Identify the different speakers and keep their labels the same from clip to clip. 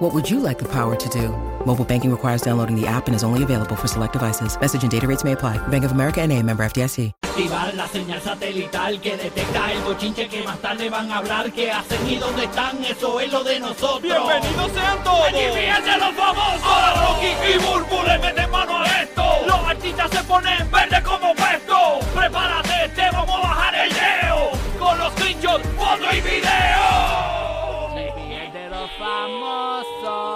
Speaker 1: What would you like the power to do? Mobile banking requires downloading the app and is only available for select devices. Message and data rates may apply. Bank of America and a member FDIC.
Speaker 2: Activar la señal satelital que detecta el bochinche que más tarde van a hablar, que hacen y dónde están, eso es lo de nosotros.
Speaker 3: ¡Bienvenidos sean todos!
Speaker 2: ¡Aquí fíjense los famosos!
Speaker 3: Ahora Rocky y Burbu le meten mano a esto.
Speaker 2: Los artistas se ponen verde como puesto. Prepárate, te vamos a bajar el leo. Con los screenshots, foto y video. de los famosos.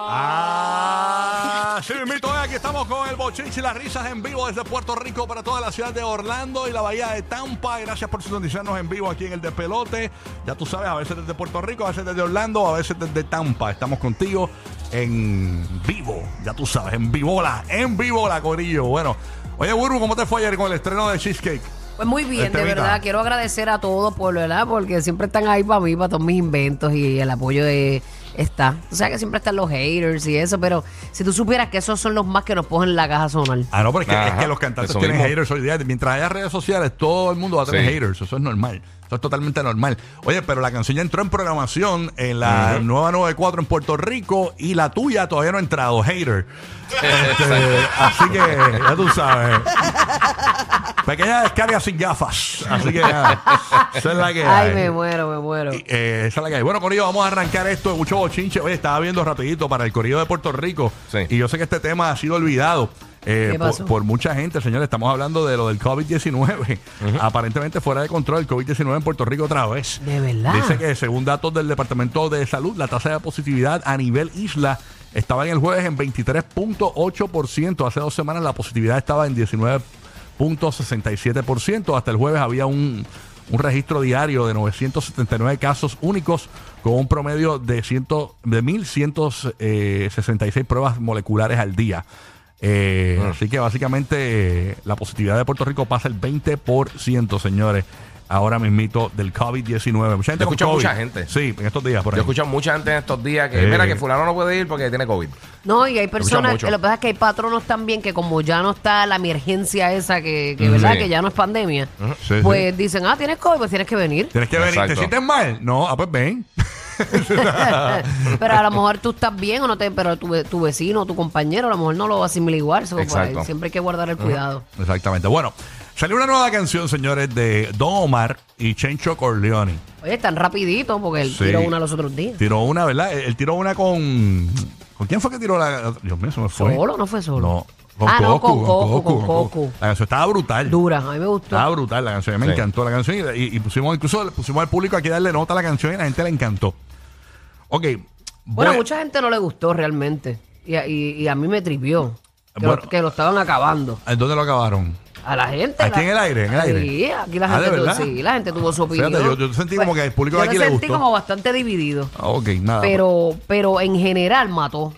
Speaker 4: Ah, sí, mito, eh, aquí estamos con el bochinche y las risas en vivo desde Puerto Rico para toda la ciudad de Orlando y la bahía de Tampa. Gracias por sintonizarnos en vivo aquí en el Despelote. Ya tú sabes, a veces desde Puerto Rico, a veces desde Orlando, a veces desde Tampa. Estamos contigo en vivo, ya tú sabes, en vivola, en vivola, Corillo. Bueno, oye, Burbu, ¿cómo te fue ayer con el estreno de Cheesecake?
Speaker 5: Pues muy bien, de
Speaker 4: Estevita.
Speaker 5: verdad. Quiero agradecer a todo pueblo, ¿verdad? Porque siempre están ahí para mí, para todos mis inventos y el apoyo de está. O sea que siempre están los haters y eso, pero si tú supieras que esos son los más que nos ponen la caja sonar.
Speaker 4: Ah, no, pero es que,
Speaker 6: Ajá,
Speaker 4: es que los cantantes
Speaker 6: eso
Speaker 4: tienen
Speaker 6: mismo.
Speaker 4: haters hoy día. Mientras haya redes sociales, todo el mundo va a tener
Speaker 6: Sí.
Speaker 4: haters. Eso es normal. Eso es totalmente normal. Oye, pero la canción ya entró en programación en la nueva 94 en Puerto Rico y la tuya todavía no ha entrado, hater. Este, así que ya tú sabes. Pequeña descarga sin gafas. Así que nada, esa es la que
Speaker 5: Ay,
Speaker 4: hay.
Speaker 5: me muero, me muero.
Speaker 4: Y, eh, esa es la que hay. Bueno, Corillo, vamos a arrancar esto de mucho bochinche. Oye, estaba viendo rapidito para el Corillo de Puerto Rico.
Speaker 6: Sí.
Speaker 4: Y yo sé que este tema ha sido olvidado. eh,
Speaker 5: ¿Qué
Speaker 4: por-
Speaker 5: pasó?
Speaker 4: Por, mucha gente, señores, estamos hablando de lo del COVID-19. Aparentemente fuera de control el COVID-19 en Puerto Rico otra vez.
Speaker 5: De verdad.
Speaker 4: Dice que según datos del Departamento de Salud, la tasa de positividad a nivel isla estaba en el jueves en 23.8%. Hace dos semanas la positividad estaba en 19.67%. Hasta el jueves había un, un registro diario de 979 casos únicos con un promedio de, 100 de 1.166 pruebas moleculares al día. Eh, Así que básicamente eh, la positividad de Puerto Rico pasa el 20%, señores. Ahora mismito del COVID-19. Mucha gente
Speaker 6: Yo
Speaker 4: con
Speaker 6: escucho a
Speaker 4: COVID.
Speaker 6: mucha gente.
Speaker 4: Sí, en estos días. Por
Speaker 6: Yo he
Speaker 4: ahí.
Speaker 6: escuchado mucha gente en estos días que,
Speaker 4: Eh.
Speaker 6: mira, que fulano no puede ir porque tiene COVID.
Speaker 5: No, y hay personas,
Speaker 6: mucho.
Speaker 5: lo que pasa es que hay patronos también que como ya no está la emergencia esa que, que, ¿verdad?
Speaker 6: Sí.
Speaker 5: Que ya no es pandemia,
Speaker 4: Sí,
Speaker 5: pues dicen, ah, tienes COVID, pues tienes que venir.
Speaker 4: Tienes que venir. ¿Te
Speaker 6: Exacto.
Speaker 4: sientes mal? No, ah, pues ven.
Speaker 5: pero a lo mejor tú estás bien o no te, pero tu, ve- tu vecino, tu compañero, a lo mejor no lo asimila igual. so, pues,
Speaker 6: Exacto.
Speaker 5: siempre hay que guardar el cuidado.
Speaker 4: Exactamente. Bueno, salió una nueva canción, señores, de Don Omar y Chencho Corleone.
Speaker 5: Oye, tan rapidito porque él
Speaker 4: Sí.
Speaker 5: tiró una los otros días.
Speaker 4: Tiró una, ¿verdad? Él él tiró una con. ¿Con quién fue que tiró la.? Dios mío, se me fue.
Speaker 5: ¿Solo? ¿No fue solo?
Speaker 4: No. Con
Speaker 5: Ah, no,
Speaker 4: Coscu,
Speaker 5: con Coscu,
Speaker 4: Coscu,
Speaker 5: con Coscu.
Speaker 4: La canción estaba brutal.
Speaker 5: Dura, a mí me gustó.
Speaker 4: Estaba brutal la canción, me
Speaker 6: Sí.
Speaker 4: encantó la canción y, y- y pusimos incluso le pusimos al público aquí a darle nota a la canción y la gente le encantó. Ok.
Speaker 5: bueno,
Speaker 4: voy-
Speaker 5: a mucha gente no le gustó realmente. Y a, y- y a mí me tripió. Que,
Speaker 4: Bueno.
Speaker 5: lo, que lo estaban acabando.
Speaker 4: ¿En ¿Dónde lo acabaron?
Speaker 5: A la gente.
Speaker 4: Aquí
Speaker 5: la-
Speaker 4: en el aire, en el aire.
Speaker 5: Sí, aquí la
Speaker 4: Ah, ¿de
Speaker 5: gente, tuvo,
Speaker 4: verdad?
Speaker 5: sí, la gente tuvo su opinión. Pues,
Speaker 4: Fíjate, yo- yo sentí como que al público
Speaker 5: yo
Speaker 4: de aquí
Speaker 5: me
Speaker 4: le
Speaker 5: sentí
Speaker 4: gustó.
Speaker 5: como bastante dividido.
Speaker 4: Ah, Ok, nada. pues,
Speaker 5: Pero, pero en general mató.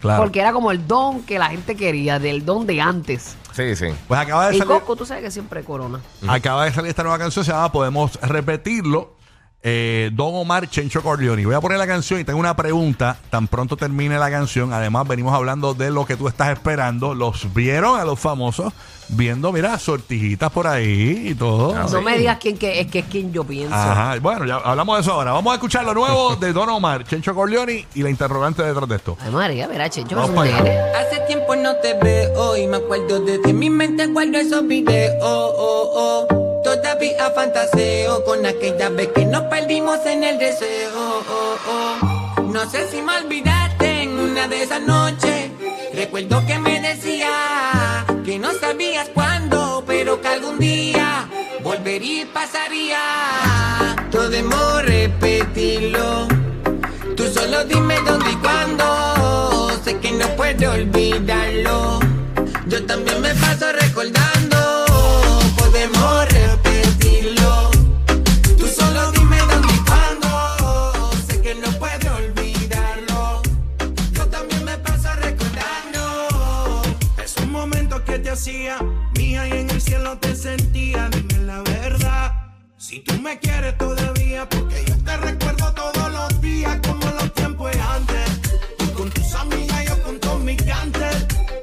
Speaker 4: claro.
Speaker 5: Porque era como el don que la gente quería, del don de antes.
Speaker 6: Sí, sí.
Speaker 4: Pues acaba de
Speaker 5: Y
Speaker 4: salir.
Speaker 5: Coco, tú sabes que siempre corona.
Speaker 4: Acaba de salir esta nueva canción, se llama Podemos Repetirlo. eh, Don Omar Chencho Corleone. Voy a poner la canción y tengo una pregunta. Tan pronto termine la canción. Además, venimos hablando de lo que tú estás esperando. Los vieron a los famosos viendo, mira, sortijitas por ahí y todo.
Speaker 5: no me digas quién que es que es quien yo pienso.
Speaker 4: Ajá. Bueno, ya hablamos de eso ahora. Vamos a escuchar lo nuevo de Don Omar Chencho Corleone y la interrogante detrás de esto.
Speaker 5: Ay, María, verá, Chencho,
Speaker 4: Vamos
Speaker 5: es un
Speaker 4: para allá.
Speaker 5: nene.
Speaker 7: Hace tiempo no te veo y me acuerdo de ti. En mi mente guardo esos videos. Oh, oh. Todavía fantaseo con aquella vez que nos perdimos en el deseo. Oh, oh. No sé si me olvidaste en una de esas noches. Recuerdo que me decía que no sabías cuándo, pero que algún día volvería y pasaría. Podemos repetirlo. Tú solo dime dónde y cuándo. Sé que no puedo olvidarlo. Yo también me paso recordando. Podemos repetirlo. Tú solo dime dónde y cuándo. Sé que no puedo olvidarlo. Yo también me paso recordando.
Speaker 8: Es un momento que te hacía mía y en el cielo te sentía. Dime Si tú me quieres todavía, porque yo te recuerdo todos los días como los tiempos de antes. Tú con tus amigas, yo con todos mis cantes.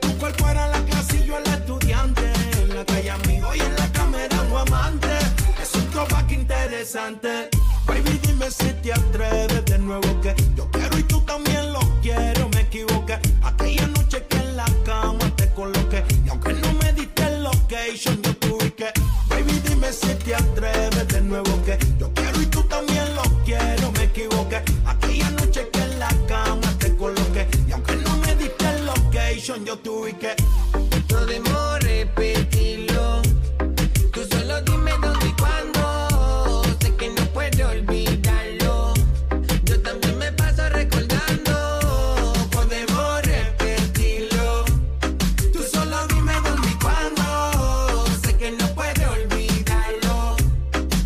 Speaker 8: Tu cuerpo era la clase y yo el estudiante. En la calle amigo y en la cámara un amante. Es un que interesante. Baby, dime si te atreves de nuevo que yo quiero y tú también lo quiero. Me equivoqué. Aquella noche que en la cama te coloqué. Y aunque no me diste el location, yo te ubiqué. Baby, dime si te atreves de nuevo que yo quiero y tú también lo quiero. Me equivoqué. Aquella noche que en la cama te coloqué. Y aunque no me diste el location, yo te ubiqué.
Speaker 7: Podemos repetirlo. Tú solo dime dónde y cuándo. Sé que no puedo olvidarlo. Yo también me paso recordando. Podemos repetirlo.
Speaker 8: Tú solo dime dónde y cuándo. Sé que no puedes olvidarlo.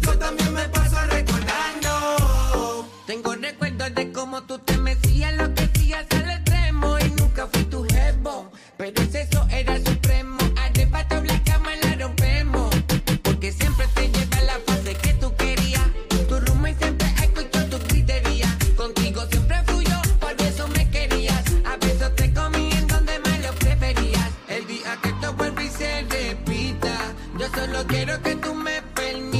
Speaker 8: Yo también me paso recordando.
Speaker 7: Tengo recuerdos de cómo tú te mecías, lo que hacías al extremo y nunca fui tu jevo. Pero ese eso era supremo. Arrebato la cama la rompemos. Porque siempre te lleva a la fase que tú querías. Tu rumbo y siempre escucho tu gritería. Contigo siempre fluyó, por eso me querías. A veces te comí en donde me lo preferías. El día que esto vuelva y se repita, yo solo quiero que tú me permitas.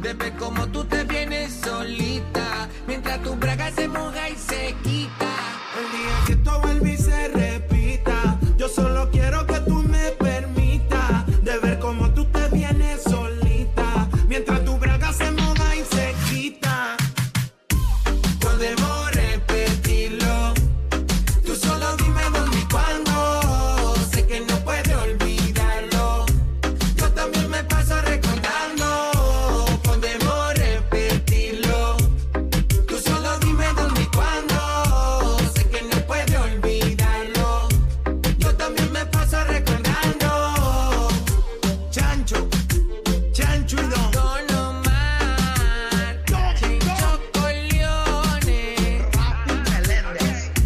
Speaker 7: De ver cómo tú te vienes solita. Mientras tu braga se moja y se quita.
Speaker 8: El día que esto vuelva y se repita, yo solo quiero que tú me permitas de ver cómo tú te vienes solita, mientras tu braga se moja y se quita. Podemos repetirlo, tú solo dime dónde y cuándo, sé que no puedes olvidarlo, yo también me paso recordando, podemos repetirlo. Tú solo dime dónde y cuándo. Sé que no puedes olvidarlo. Yo también me paso recordando. Chancho, chancho y don.
Speaker 7: Don Omar, Chincho Corleone,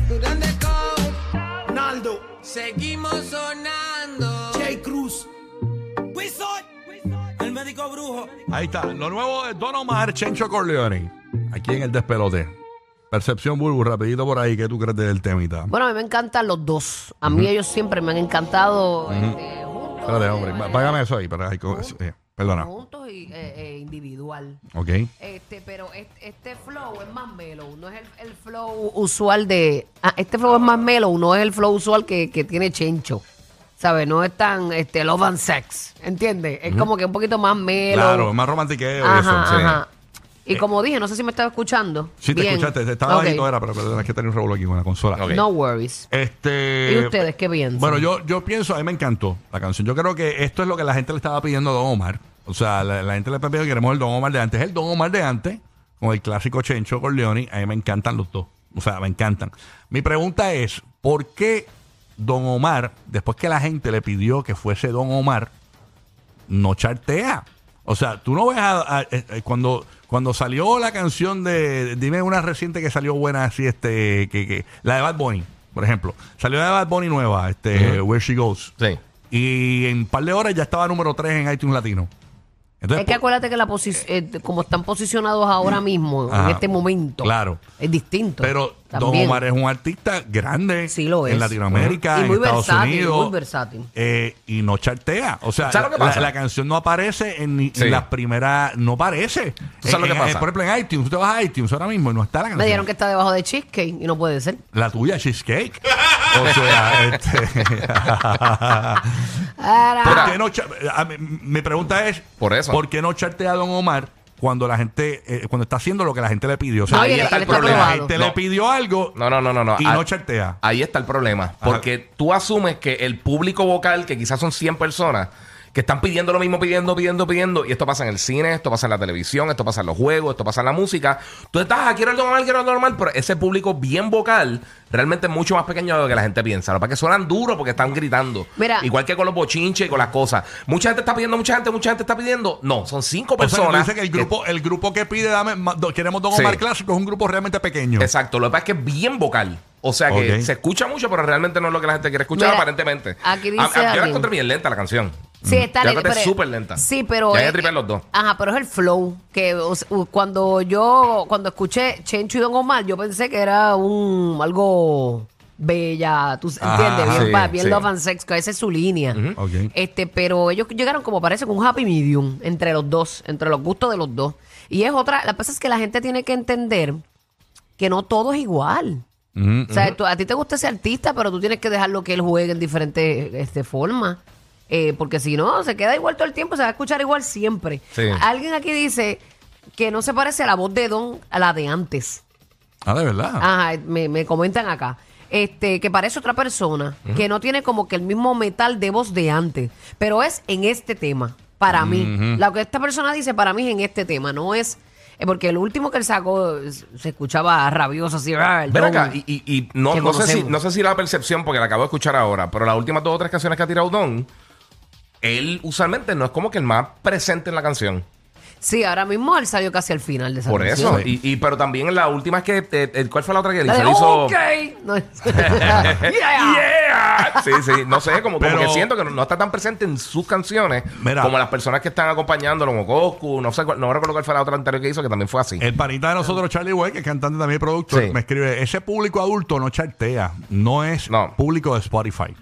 Speaker 7: Durán de Cou,
Speaker 8: Naldo,
Speaker 7: seguimos sonando.
Speaker 8: J. Cruz.
Speaker 3: Wizard, el médico brujo.
Speaker 4: Ahí está, lo nuevo de Don Omar, Chencho Corleone. Aquí en el despelote. Percepción Bulbu, rapidito por ahí, ¿qué tú crees del temita?
Speaker 5: Bueno, a mí me encantan los dos. A mí ellos siempre me han encantado este, juntos,
Speaker 4: Espérate,
Speaker 5: eh,
Speaker 4: hombre, pa- págame eso ahí, para, ahí, co- eh, perdona.
Speaker 5: juntos y eh, eh, individual.
Speaker 4: Ok.
Speaker 5: Este, pero este, este flow es más mellow, no es el, el flow usual de... ah, este flow es más mellow, no es el flow usual que, que tiene Chencho. ¿Sabes? No es tan este, love and sex, ¿entiendes? Es como que un poquito más mellow.
Speaker 4: Claro, más romantiqueo y eso.
Speaker 5: Ajá,
Speaker 4: sí. Eh.
Speaker 5: ajá. Y como dije, no sé si me estaba escuchando.
Speaker 4: Sí, te
Speaker 5: Bien.
Speaker 4: escuchaste, te estaba
Speaker 5: Ok.
Speaker 4: bajito, era, pero perdona, es que tenía un revuelo aquí con la consola.
Speaker 6: Ok.
Speaker 5: No worries.
Speaker 4: Este,
Speaker 5: ¿Y ustedes qué piensan?
Speaker 4: Bueno, yo, yo pienso, a mí me encantó la canción. Yo creo que esto es lo que la gente le estaba pidiendo a Don Omar. O sea, la, la gente le está pidiendo que queremos el Don Omar de antes. El Don Omar de antes, con el clásico Chencho Corleone, a mí me encantan los dos. O sea, me encantan. Mi pregunta es, ¿por qué Don Omar, después que la gente le pidió que fuese Don Omar, no chartea. O sea, tú no ves a, a- eh, eh, cuando cuando salió la canción de dime una reciente que salió buena así este que, que- la de Bad Bunny, por ejemplo. Salió la de Bad Bunny nueva, este Where She Goes.
Speaker 6: Sí.
Speaker 4: Y en un par de horas ya estaba número 3 en iTunes Latino. Entonces,
Speaker 5: Es que
Speaker 4: po-
Speaker 5: acuérdate que la posi- eh, como están posicionados ahora mismo,
Speaker 4: Ajá,
Speaker 5: en este momento,
Speaker 4: claro.
Speaker 5: es distinto.
Speaker 4: pero Don
Speaker 5: También.
Speaker 4: Omar es un artista grande
Speaker 5: Sí lo es.
Speaker 4: en Latinoamérica,
Speaker 5: Y muy
Speaker 4: en Estados
Speaker 5: versátil,
Speaker 4: Unidos.
Speaker 5: muy versátil.
Speaker 4: eh, y no chartea. O sea,
Speaker 6: ¿Sabes lo que
Speaker 4: la,
Speaker 6: pasa?
Speaker 4: la canción no aparece en, ni-
Speaker 6: Sí.
Speaker 4: en las primeras. No aparece.
Speaker 6: ¿Tú sabes lo
Speaker 4: En-
Speaker 6: que
Speaker 4: en-
Speaker 6: pasa?
Speaker 4: Por ejemplo, en iTunes. Tú te vas a iTunes ahora mismo y no está la canción.
Speaker 5: Me dijeron que está debajo de Cheesecake y no puede ser.
Speaker 4: La tuya, Cheesecake. o sea, este. ¿Por qué no cha- a mí- mi pregunta es:
Speaker 6: Por eso.
Speaker 4: ¿Por qué no chartea a Don Omar? Cuando la gente, eh, cuando está haciendo lo que la gente le pidió. O sea,
Speaker 5: No, y
Speaker 4: ahí
Speaker 5: él-
Speaker 4: está
Speaker 5: él
Speaker 4: el
Speaker 5: está
Speaker 4: problema. La
Speaker 5: aprobado.
Speaker 4: gente le
Speaker 6: No.
Speaker 4: pidió algo
Speaker 6: No, no, no, no. no.
Speaker 4: y
Speaker 6: Ah,
Speaker 4: no chartea.
Speaker 6: Ahí está el problema. Porque tú asumes que el público vocal, que quizás son 100 personas, que están pidiendo lo mismo, pidiendo, pidiendo, pidiendo, y esto pasa en el cine, esto pasa en la televisión, esto pasa en los juegos, esto pasa en la música. Tú estás, ah, quiero el normal, quiero el normal, pero ese público bien vocal realmente es mucho más pequeño de lo que la gente piensa. Lo que pasa es que suenan duro porque están gritando.
Speaker 5: Mira.
Speaker 6: Igual que con los bochinches y con las cosas. Mucha gente está pidiendo, mucha gente, mucha gente está pidiendo. No, son cinco
Speaker 4: O sea, que tú
Speaker 6: personas.
Speaker 4: dices que el
Speaker 6: que-
Speaker 4: grupo, el grupo que pide dame, ma- do- queremos Don
Speaker 6: Sí.
Speaker 4: Omar Clásico es un grupo realmente pequeño.
Speaker 6: Exacto, lo que pasa es que es bien vocal. O sea que
Speaker 4: Ok.
Speaker 6: se escucha mucho, pero realmente no es lo que la gente quiere escuchar,
Speaker 5: Mira,
Speaker 6: aparentemente.
Speaker 5: aquí dice
Speaker 6: A- a- yo la
Speaker 5: alguien.
Speaker 6: encontré bien lenta la canción.
Speaker 5: Sí, está
Speaker 6: Ya
Speaker 5: lenta,
Speaker 6: Cata es
Speaker 5: pero-
Speaker 6: súper lenta.
Speaker 5: Sí, pero.
Speaker 6: Ya hay
Speaker 5: eh,
Speaker 6: que tripear los dos.
Speaker 5: Ajá, pero es el flow. Que o sea, u- cuando yo, cuando escuché Chencho y Don Omar, yo pensé que era un algo bella, tú s-
Speaker 4: Ajá,
Speaker 5: entiendes, bien,
Speaker 6: sí,
Speaker 5: pa- bien
Speaker 6: sí.
Speaker 5: love and sex, que esa es su línea.
Speaker 4: Ok.
Speaker 5: Este, pero ellos llegaron como parece con un happy medium entre los dos, entre los gustos de los dos. Y es otra, la cosa es que la gente tiene que entender que no todo es igual. O sea, tú- a ti te gusta ese artista, pero tú tienes que dejarlo que él juegue en diferentes este, formas. Eh, porque si no, se queda igual todo el tiempo, se va a escuchar igual siempre.
Speaker 6: Sí.
Speaker 5: Alguien aquí dice que no se parece a la voz de Don a la de antes.
Speaker 4: Ah, de verdad.
Speaker 5: Ajá, me, me comentan acá. Este, que parece otra persona, que no tiene como que el mismo metal de voz de antes, pero es en este tema, para mí. Lo que esta persona dice para mí es en este tema, no es... eh, Porque el último que él sacó eh, se escuchaba rabioso así. "Ah, el
Speaker 6: Ven
Speaker 5: Don".
Speaker 6: acá, y, y- y no,
Speaker 5: Que
Speaker 6: no sé si,
Speaker 5: conocemos.
Speaker 6: no sé si la percepción, porque la acabo de escuchar ahora, pero las últimas dos o tres canciones que ha tirado Don, él usualmente no es como que el más presente en la canción.
Speaker 5: Sí, ahora mismo él salió casi al final de esa
Speaker 6: Por
Speaker 5: canción.
Speaker 6: eso. Y, y- pero también la última es que. eh, eh, ¿Cuál fue la otra que él
Speaker 5: La
Speaker 6: hizo?
Speaker 5: de,
Speaker 6: Él hizo-
Speaker 5: "Ok". No, es- Yeah.
Speaker 6: Yeah. Sí, sí. No sé, como, como
Speaker 4: Pero-
Speaker 6: que siento que no, no está tan presente en sus canciones
Speaker 4: Mira.
Speaker 6: como las personas que están acompañándolo, como Goku, no sé, cuál- no recuerdo cuál fue la otra anterior que hizo, que también fue así.
Speaker 4: El panita de nosotros, Charlie Way, que es cantante también y productor,
Speaker 6: Sí.
Speaker 4: me escribe, ese público adulto no chartea, no es
Speaker 6: No.
Speaker 4: público de Spotify.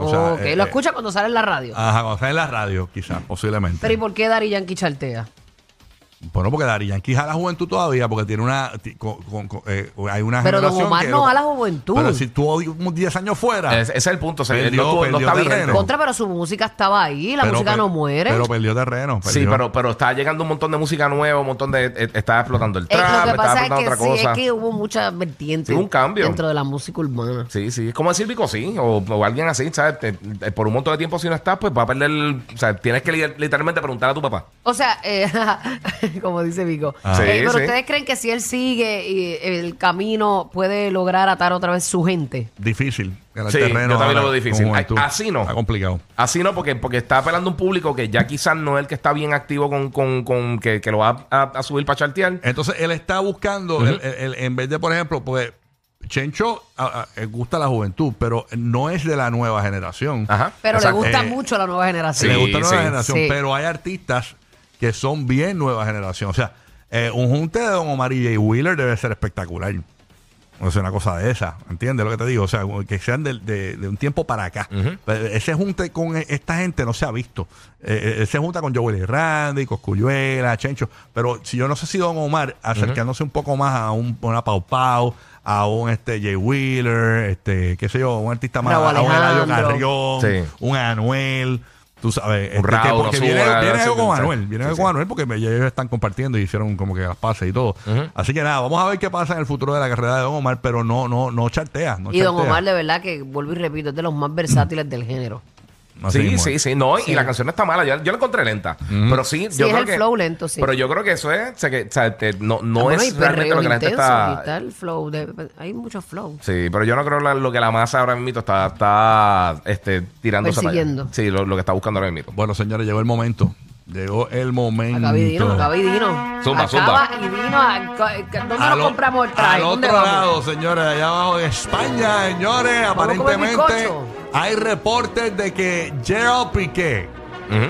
Speaker 5: Ok,
Speaker 4: eh,
Speaker 5: lo
Speaker 4: eh,
Speaker 5: escucha cuando sale en la radio.
Speaker 6: Ah.
Speaker 4: Ajá, cuando está en la radio, quizás, posiblemente.
Speaker 5: Pero ¿y por qué Dari Yankee chartea?
Speaker 4: Bueno, porque Dari Yankee a la juventud todavía, porque tiene una. ti- con- con- con- eh, hay una
Speaker 5: Pero Don
Speaker 4: generación
Speaker 5: Omar
Speaker 4: que
Speaker 5: no
Speaker 4: lo-
Speaker 5: jala juventud.
Speaker 4: Pero si tuvo 10 años fuera.
Speaker 6: Es- ese es el punto. o sea,
Speaker 4: Perdió-
Speaker 6: él no, estuvo- no
Speaker 4: perdió
Speaker 6: está vigente.
Speaker 4: terreno.
Speaker 5: Contra, pero su música estaba ahí, la
Speaker 4: pero
Speaker 5: música
Speaker 4: per-
Speaker 5: no muere.
Speaker 4: Pero perdió terreno.
Speaker 6: Sí,
Speaker 4: perdió.
Speaker 6: pero, pero está llegando un montón de música nueva, un montón de. eh, Está explotando el
Speaker 5: Eh,
Speaker 6: trap,
Speaker 5: lo que
Speaker 6: está
Speaker 5: pasa es
Speaker 6: explotando
Speaker 5: que
Speaker 6: otra
Speaker 5: sí,
Speaker 6: cosa.
Speaker 5: es que hubo muchas vertientes
Speaker 6: Sí, hubo un cambio.
Speaker 5: dentro de la música urbana.
Speaker 6: Sí, sí, es como decir Vico sí, o, o alguien así, ¿sabes? Te- te- por un montón de tiempo si no estás, pues va a perder, el- o sea, tienes que li- literalmente preguntar a tu papá.
Speaker 5: O sea, eh, como dice Vico.
Speaker 6: Ah. Sí,
Speaker 5: Eh, pero
Speaker 6: sí.
Speaker 5: ustedes creen que si él sigue y el camino puede lograr atar otra vez su gente.
Speaker 4: Difícil. ganar
Speaker 6: Sí,
Speaker 4: terreno
Speaker 6: yo también lo
Speaker 4: ahora
Speaker 6: veo difícil.
Speaker 4: con juventud.
Speaker 6: Ay, así no.
Speaker 4: Está complicado.
Speaker 6: Así no, porque, porque está apelando a un público que ya quizás no es el que está bien activo con, con, con que, que lo va a, a subir para chartear.
Speaker 4: Entonces él está buscando, él- él- él- en vez de, por ejemplo, pues Chencho a- a- él gusta la juventud, pero no es de la nueva generación.
Speaker 6: Ajá.
Speaker 5: Pero
Speaker 4: Exacto.
Speaker 5: le gusta
Speaker 4: Eh,
Speaker 5: mucho a la nueva generación.
Speaker 4: Le
Speaker 6: Sí,
Speaker 4: gusta la nueva
Speaker 6: sí.
Speaker 4: generación,
Speaker 5: Sí.
Speaker 4: pero hay artistas que son bien nueva generación. O sea, eh, un junte de Don Omar y Jay Wheeler debe ser espectacular. O sea, una cosa de esa, ¿entiendes lo que te digo? O sea, que sean del- de, de un tiempo para acá. Pero Ese junte con e- esta gente no se ha visto. Eh, eh, se junta con Joel y Randy, Coscuyuela, Chencho. Pero si yo no sé si Don Omar, acercándose un poco más a un, una Pau Pau, a un este Jay Wheeler, este, qué sé yo, un artista más,
Speaker 5: Raúl
Speaker 4: a un Eladio
Speaker 5: Alejandro.
Speaker 4: Carrión,
Speaker 6: Sí.
Speaker 4: un Anuel. Tú sabes, este,
Speaker 6: Raúl,
Speaker 4: que- porque
Speaker 6: Ozuna,
Speaker 4: viene, viene
Speaker 6: sí,
Speaker 4: algo
Speaker 6: sí,
Speaker 4: con
Speaker 6: sí.
Speaker 4: Anuel, viene
Speaker 6: Sí,
Speaker 4: algo
Speaker 6: sí.
Speaker 4: con Anuel porque me- ya ellos están compartiendo y hicieron como que las pases y todo. Así que nada, vamos a ver qué pasa en el futuro de la carrera de Don Omar, pero no, no, no chartea. No
Speaker 5: Y Don
Speaker 4: chartea.
Speaker 5: Omar, de verdad que, vuelvo y repito, es de los más versátiles del género.
Speaker 4: Así
Speaker 6: Sí,
Speaker 4: mismo
Speaker 6: sí,
Speaker 4: es.
Speaker 6: sí, no, y la canción no está mala, yo, yo la encontré lenta, pero sí, yo
Speaker 5: Sí, es
Speaker 6: creo
Speaker 5: el
Speaker 6: que,
Speaker 5: flow lento, sí. Ah,
Speaker 6: Pero yo creo que eso es, o sea, que, o sea, te- no, no
Speaker 5: Bueno, y pues
Speaker 6: es realmente lo que la gente
Speaker 5: perreos intensos, y
Speaker 6: está...
Speaker 5: está el flow de- hay mucho flow.
Speaker 6: Sí, pero yo no creo la- lo que la masa ahora mismo está, está este, tirándose para allá.
Speaker 5: Persiguiendo.
Speaker 6: Sí, lo, lo que está buscando ahora mismo.
Speaker 4: Bueno, señores, llegó el momento. Llegó el momento.
Speaker 5: Acaba y Dino, acaba y Dino.
Speaker 6: Zumba,
Speaker 5: acaba y Dino. ah, acá- ¿Dónde
Speaker 4: Al
Speaker 5: nos
Speaker 4: o-
Speaker 5: compramos el traje?
Speaker 4: Al
Speaker 5: ¿Dónde
Speaker 4: otro
Speaker 5: vamos?
Speaker 4: lado, señores, allá abajo en España, señores,
Speaker 5: Vamos a comer
Speaker 4: aparentemente
Speaker 5: bizcocho.
Speaker 4: hay reportes de que Gerald Piqué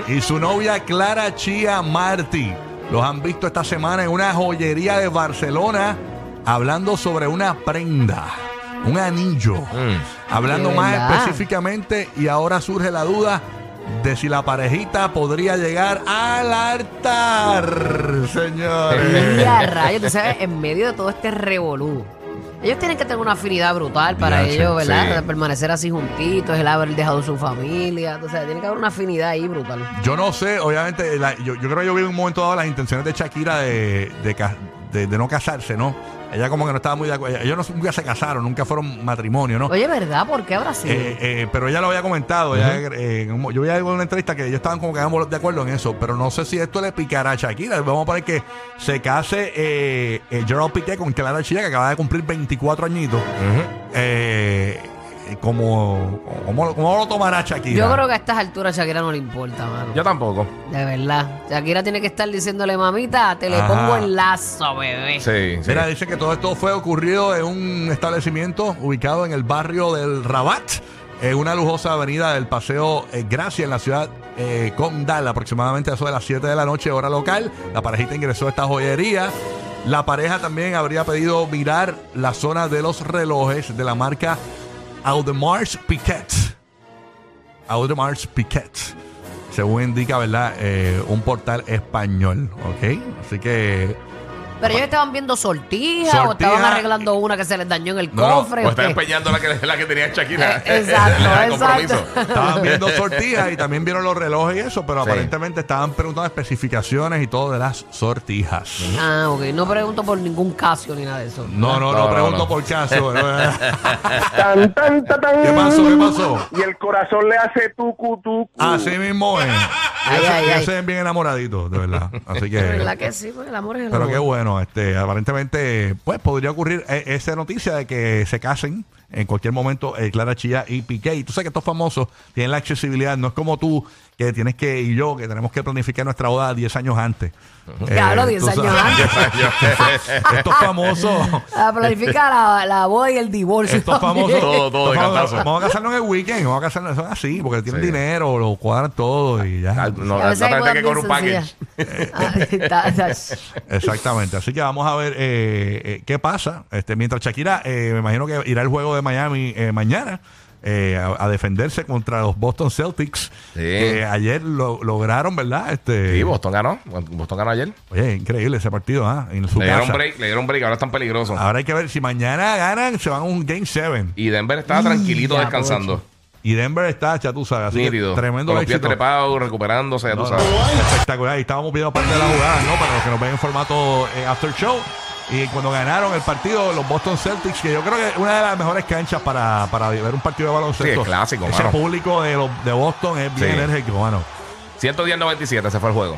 Speaker 4: y su novia Clara Chía Martí los han visto esta semana en una joyería de Barcelona hablando sobre una prenda, un anillo. Hablando
Speaker 5: De
Speaker 4: más
Speaker 5: verdad.
Speaker 4: específicamente y ahora surge la duda de si la parejita podría llegar al altar, señores.
Speaker 5: Y a rayos, tú sabes, en medio de todo este revolú. Ellos tienen que tener una afinidad brutal para
Speaker 4: Diache,
Speaker 5: ellos, ¿verdad?
Speaker 6: sí.
Speaker 5: Permanecer así juntitos, el haber dejado su familia. O sea, tiene que haber una afinidad ahí brutal.
Speaker 4: Yo no sé, obviamente, la- yo, yo creo que yo vi en un momento dado las intenciones de Shakira de, de, ca- de- de no casarse, ¿no? Ella como que no estaba muy de acuerdo. Ellos no- nunca se casaron, nunca fueron matrimonio, ¿no?
Speaker 5: Oye, ¿verdad? ¿Por qué ahora sí?
Speaker 4: Eh, eh, pero ella lo había comentado. ella, eh, en un mo- yo vi algo en una entrevista que ellos estaban como que ambos de acuerdo en eso, pero no sé si esto le picará a Shakira. Vamos a poner que se case eh, eh, Gerald Piqué con Clara Chía, que acaba de cumplir 24 añitos. Eh, como, ¿cómo, cómo lo tomará Shakira?
Speaker 5: Yo creo que a estas alturas Shakira no le importa, mano.
Speaker 6: Yo tampoco.
Speaker 5: De verdad. Shakira tiene que estar diciéndole, mamita, te le
Speaker 4: Ajá.
Speaker 5: pongo el lazo, bebé.
Speaker 6: Sí, sí.
Speaker 4: Mira, dicen que todo esto fue ocurrido en un establecimiento ubicado en el barrio del Rabat, en una lujosa avenida del Paseo eh, Gracia en la ciudad eh, Condal, aproximadamente a eso de las 7 de la noche, hora local. La parejita ingresó a esta joyería. La pareja también habría pedido mirar la zona de los relojes de la marca Audemars Piquet. Audemars Piquet. Según indica, ¿verdad? Eh, un portal español, ¿ok? Así que...
Speaker 5: Pero ellos estaban viendo sortijas o
Speaker 4: Sortija.
Speaker 5: estaban arreglando una que se les dañó en el
Speaker 6: No, no,
Speaker 5: cofre.
Speaker 6: o
Speaker 5: o
Speaker 4: este-
Speaker 6: está
Speaker 5: qué.
Speaker 6: empeñando la que, la que tenía Shakira.
Speaker 5: Eh, exacto,
Speaker 6: La de
Speaker 5: exacto.
Speaker 6: compromiso.
Speaker 4: Estaban viendo sortijas y también vieron los relojes y eso, pero
Speaker 6: Sí.
Speaker 4: aparentemente estaban preguntando especificaciones y todo de las sortijas.
Speaker 5: Ah, ok. No pregunto por ningún Casio ni nada de eso.
Speaker 4: No, no, no,
Speaker 6: No, no,
Speaker 4: pregunto
Speaker 6: no.
Speaker 4: por caso. ¿no?
Speaker 9: Tan, tan, ta, tan.
Speaker 4: ¿Qué pasó? ¿Qué pasó?
Speaker 9: Y el corazón le hace tucu, tucu.
Speaker 4: Así mismo es.
Speaker 5: Ay, ay,
Speaker 4: Ellos
Speaker 5: ay.
Speaker 4: se ven bien enamoraditos, de verdad. Así
Speaker 6: eh.
Speaker 5: De verdad
Speaker 4: que.
Speaker 5: que sí, pues el amor es el
Speaker 4: Pero
Speaker 5: amor.
Speaker 4: qué bueno, este, aparentemente, pues podría ocurrir eh, esa noticia de que se casen en cualquier momento eh, Clara Chía y Piqué. Y tú sabes que estos famosos tienen la accesibilidad, no es como tú, que tienes que, y yo, que tenemos que planificar nuestra boda 10 años antes.
Speaker 5: Diablo,
Speaker 4: Eh,
Speaker 5: 10
Speaker 4: tú
Speaker 5: años
Speaker 4: sabes.
Speaker 5: antes.
Speaker 4: Estos famosos.
Speaker 5: A planificar Ah, la, la boda y el divorcio.
Speaker 4: Estos
Speaker 5: también.
Speaker 4: famosos.
Speaker 6: Todo, todo de
Speaker 4: estos famosos,
Speaker 6: cantazo.
Speaker 4: Vamos a casarnos en el weekend. Vamos a casarnos. Son así, porque tienen
Speaker 6: Sí.
Speaker 4: dinero, lo cuadran todo y ya.
Speaker 6: Ah, No,
Speaker 5: A
Speaker 6: la
Speaker 5: veces hay bodas
Speaker 6: otra vez que
Speaker 5: bien
Speaker 6: corre un package.
Speaker 5: sencillas. Ah, está- está-
Speaker 4: Exactamente. Así que vamos a ver eh, eh, qué pasa. Este, mientras Shakira, eh, me imagino que irá al juego de Miami eh, mañana. eh, a, a defenderse contra los Boston Celtics
Speaker 6: Sí.
Speaker 4: que ayer lo- lograron verdad este
Speaker 6: Sí, Boston ganó. Boston ganó ayer.
Speaker 4: oye increíble ese partido ah, en su
Speaker 6: Le dieron
Speaker 4: casa. Ah.
Speaker 6: break, le dieron break. Ahora están peligrosos.
Speaker 4: ahora hay que ver si mañana ganan se van a un game 7
Speaker 6: Y Denver estaba tranquilito
Speaker 5: Ya,
Speaker 6: descansando.
Speaker 4: y Denver está ya tú sabes así que
Speaker 6: Nítido.
Speaker 4: tremendo
Speaker 6: Con los pies
Speaker 4: éxito.
Speaker 6: trepados, recuperándose, ya tú
Speaker 4: No, no,
Speaker 6: sabes.
Speaker 4: espectacular. Y estábamos viendo parte de la jugada, ¿no? Para los que nos ven en formato eh, after show. Y cuando ganaron el partido, los Boston Celtics, que yo creo que es una de las mejores canchas para, para ver un partido de baloncesto.
Speaker 6: Sí, es clásico,
Speaker 4: Ese
Speaker 6: mano.
Speaker 4: público de, los- de Boston es bien
Speaker 6: Sí.
Speaker 4: enérgico, mano.
Speaker 6: 110-97, se fue el juego.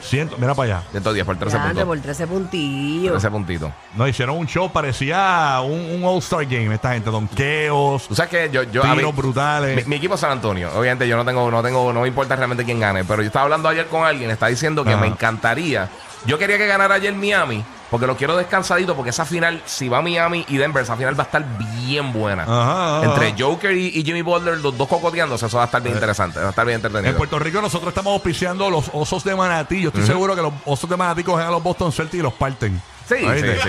Speaker 4: Siento, mira para allá.
Speaker 6: 110 por 13
Speaker 5: Diantre,
Speaker 6: puntos.
Speaker 5: Ah, por 13 puntillos.
Speaker 6: 13 puntitos.
Speaker 4: Nos hicieron un show, parecía un, un All-Star Game esta gente. Donqueos,
Speaker 6: Tú sabes que yo, yo a mí-
Speaker 4: tiros brutales.
Speaker 6: mi, mi equipo es San Antonio. Obviamente yo no tengo, no tengo, no me importa realmente quién gane. Pero yo estaba hablando ayer con alguien, está diciendo que
Speaker 4: Ajá.
Speaker 6: me encantaría. Yo quería que ganara ayer Miami, porque lo quiero descansadito, porque esa final, si va Miami y Denver, esa final va a estar bien buena.
Speaker 4: Ajá, ajá.
Speaker 6: Entre Joker y, y Jimmy Butler, los dos cocoteándose, eso va a estar bien interesante, va a estar bien
Speaker 4: En
Speaker 6: entretenido.
Speaker 4: Puerto Rico nosotros estamos auspiciando los osos de manatí. Yo estoy seguro que los osos de manatí cogen a los Boston Celtics y los parten.
Speaker 6: Sí, sí,
Speaker 4: ¿Oíste?
Speaker 6: sí.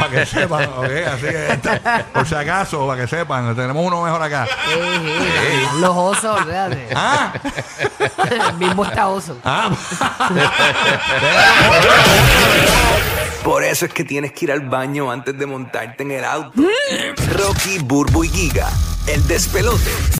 Speaker 4: Para que sepan, ok, así que este, por si acaso, para que sepan, tenemos uno mejor acá.
Speaker 5: Ey, ey, Los osos, fíjate.
Speaker 4: Ah,
Speaker 5: El mismo está oso.
Speaker 10: Por eso es que tienes que ir al baño antes de montarte en el auto. Rocky, Burbu y Giga, el despelote.